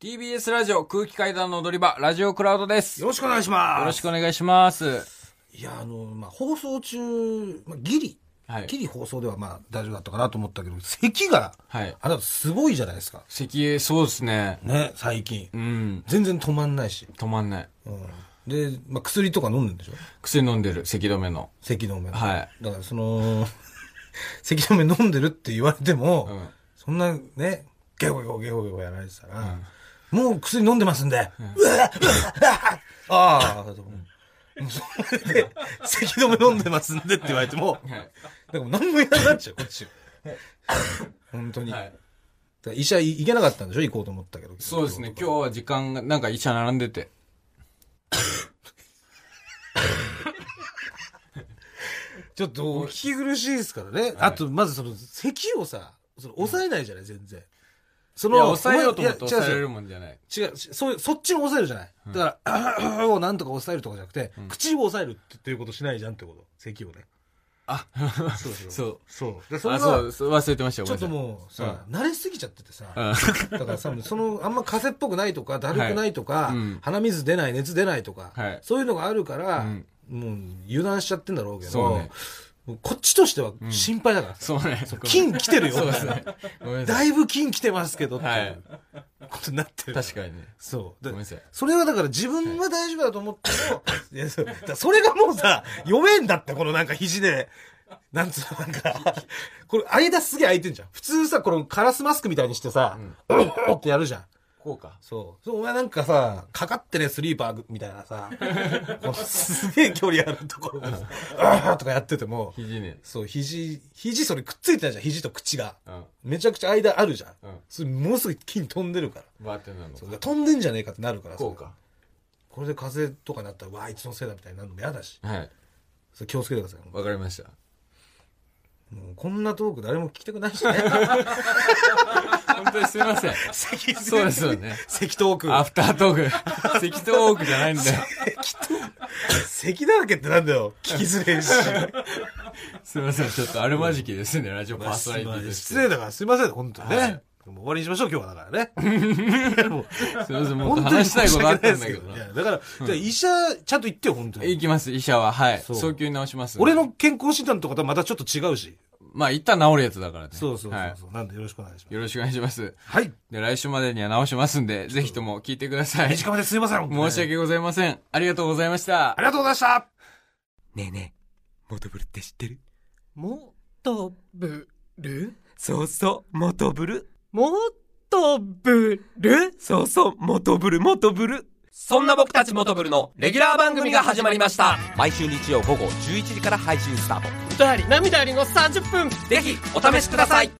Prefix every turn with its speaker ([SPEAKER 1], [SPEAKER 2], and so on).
[SPEAKER 1] TBS ラジオ空気階段の踊り場、ラジオクラウドです。よ
[SPEAKER 2] よろしくお願いします。
[SPEAKER 1] ろしくお願いします。
[SPEAKER 2] いや、あの、まあ、放送中、まあ、ギリ、
[SPEAKER 1] はい
[SPEAKER 2] ギリ放送ではまあ大丈夫だったかなと思ったけど、咳が、
[SPEAKER 1] はい
[SPEAKER 2] あなたすごいじゃないですか。
[SPEAKER 1] 咳、そうですね。
[SPEAKER 2] ね、最近。
[SPEAKER 1] うん、
[SPEAKER 2] 全然止まんないし。
[SPEAKER 1] 止まんない。
[SPEAKER 2] うん、で、まあ、薬とか飲んでんでしょ
[SPEAKER 1] 薬飲んでる、咳止めの。
[SPEAKER 2] 咳止め。
[SPEAKER 1] はい
[SPEAKER 2] だからその、 咳止め飲んでるって言われても、
[SPEAKER 1] うん
[SPEAKER 2] そんなね、ゲホゲホゲホゲホやられてたら、もう薬飲んでますんで、うわうわああ、もうそれで、咳止め飲んでますんでって言われても、
[SPEAKER 1] はい。
[SPEAKER 2] でも何も言えなくなっちゃう、こっちは。本当に。
[SPEAKER 1] はい。
[SPEAKER 2] だから医者い行けなかったんでしょ行こうと思ったけど。
[SPEAKER 1] そうですね、今日は時間が、なんか医者並んでて。
[SPEAKER 2] ちょっと、お聞き苦しいですからね。あと、まずその、咳をさ、その抑えないじゃない、全然。そ
[SPEAKER 1] いや、抑えようと思って
[SPEAKER 2] お前いや
[SPEAKER 1] 抑えれ
[SPEAKER 2] 違う違
[SPEAKER 1] る
[SPEAKER 2] う
[SPEAKER 1] もんじゃない。
[SPEAKER 2] 違う、そういう、そっちを抑えるじゃない。だから、 をなんとか抑えるとかじゃなくて、口を抑えるっていうことしないじゃんってこと。咳をね。
[SPEAKER 1] あ、
[SPEAKER 2] そう そう
[SPEAKER 1] そう。
[SPEAKER 2] そう。で、それ
[SPEAKER 1] あ、そう、
[SPEAKER 2] が、
[SPEAKER 1] そう忘れてましたよ、
[SPEAKER 2] ちょっと
[SPEAKER 1] う。
[SPEAKER 2] もうさ、慣れすぎちゃっててさ、
[SPEAKER 1] うん。
[SPEAKER 2] だからさ、その、あんま風邪っぽくないとか、だるくないとか、
[SPEAKER 1] いうん
[SPEAKER 2] 鼻水出ない、熱出ないとか、
[SPEAKER 1] はい
[SPEAKER 2] そういうのがあるから、
[SPEAKER 1] ん
[SPEAKER 2] もう油断しちゃってんだろうけ
[SPEAKER 1] そう
[SPEAKER 2] ど、
[SPEAKER 1] ね
[SPEAKER 2] もうこっちとしては心配だからさ、
[SPEAKER 1] そうね。そこ
[SPEAKER 2] 金来てるよ、
[SPEAKER 1] そうですね。ごめんなさい。
[SPEAKER 2] だいぶ金来てますけどって
[SPEAKER 1] はいいう
[SPEAKER 2] ことになってる。
[SPEAKER 1] 確かにね。
[SPEAKER 2] そう。で
[SPEAKER 1] ごめんなさい
[SPEAKER 2] それはだから自分は大丈夫だと思っても、いやそうだからそれがもうさ、読めんだって、このなんか肘で。なんつうの、なんか、これ、間すげえ空いてんじゃん。普通さ、このカラスマスクみたいにしてさ、うおってやるじゃん。
[SPEAKER 1] こうか。
[SPEAKER 2] そう。そうお前なんかさ、かかってね、スリーパーみたいなさ、こうすげえ距離あるところでさ、ああとかやってても、
[SPEAKER 1] 肘ね。
[SPEAKER 2] そう、肘、肘それくっついてないじゃん、肘と口が。
[SPEAKER 1] うん。
[SPEAKER 2] めちゃくちゃ間あるじゃん
[SPEAKER 1] うん。
[SPEAKER 2] それ、ものすごい金飛んでるから。
[SPEAKER 1] バーテンなの。
[SPEAKER 2] そうだから飛んでんじゃねえかってなるからさ
[SPEAKER 1] こうか。
[SPEAKER 2] これで風邪とかになったら、うわあ、いつのせいだみたいになるのも嫌だし。
[SPEAKER 1] はい。
[SPEAKER 2] それ気をつけてください。
[SPEAKER 1] わかりました。
[SPEAKER 2] もうこんなトーク誰も聞きたくないしね。
[SPEAKER 1] 本当にすいませ ん。
[SPEAKER 2] 咳
[SPEAKER 1] そうです よ ね
[SPEAKER 2] 咳トーク。
[SPEAKER 1] アフタート ーク。咳トークじゃないんだよ。
[SPEAKER 2] 咳だらけってなんだよ。聞きづれえし。
[SPEAKER 1] すいません。ちょっとあるまじきですね、ラジオパーソナリティとして。
[SPEAKER 2] 失礼だからすいません、本当にね。
[SPEAKER 1] はい
[SPEAKER 2] もう終わりにしましょう、今日はだからね。もう
[SPEAKER 1] すいません。もっと話したいことあったんだけど
[SPEAKER 2] 本当に申し訳ないです
[SPEAKER 1] な。
[SPEAKER 2] いやだから、じゃあ医者、ちゃんと言ってよ、本当
[SPEAKER 1] 行
[SPEAKER 2] に。
[SPEAKER 1] きます、医者は。はい。
[SPEAKER 2] そう
[SPEAKER 1] 早急に直します。
[SPEAKER 2] 俺。の健康診断とかとはまたちょっと違うし。
[SPEAKER 1] まあ、一旦治るやつだからね。
[SPEAKER 2] そうそう
[SPEAKER 1] は
[SPEAKER 2] そ。
[SPEAKER 1] いう
[SPEAKER 2] そう。なんでよろしくお願いします。
[SPEAKER 1] よろしくお願いします。
[SPEAKER 2] はい。
[SPEAKER 1] で、来週までには直しますんで、ぜひとも聞いてください。
[SPEAKER 2] 短めですいません、本当にね
[SPEAKER 1] 申し訳ございません。ありがとうございました
[SPEAKER 2] あ。りがとうございました
[SPEAKER 3] ねえねえ、モトブルって知ってる
[SPEAKER 4] もとぶる
[SPEAKER 3] そうそう、モトブル。
[SPEAKER 4] もとぶる
[SPEAKER 3] そうそう、モトブル、モトブル。
[SPEAKER 4] そんな僕たちモトブルのレギュラー番組が始まりました
[SPEAKER 3] 毎週日曜午後11時から配信スタート。
[SPEAKER 4] 歌あり涙ありの30分
[SPEAKER 3] ぜひ、
[SPEAKER 4] お試しください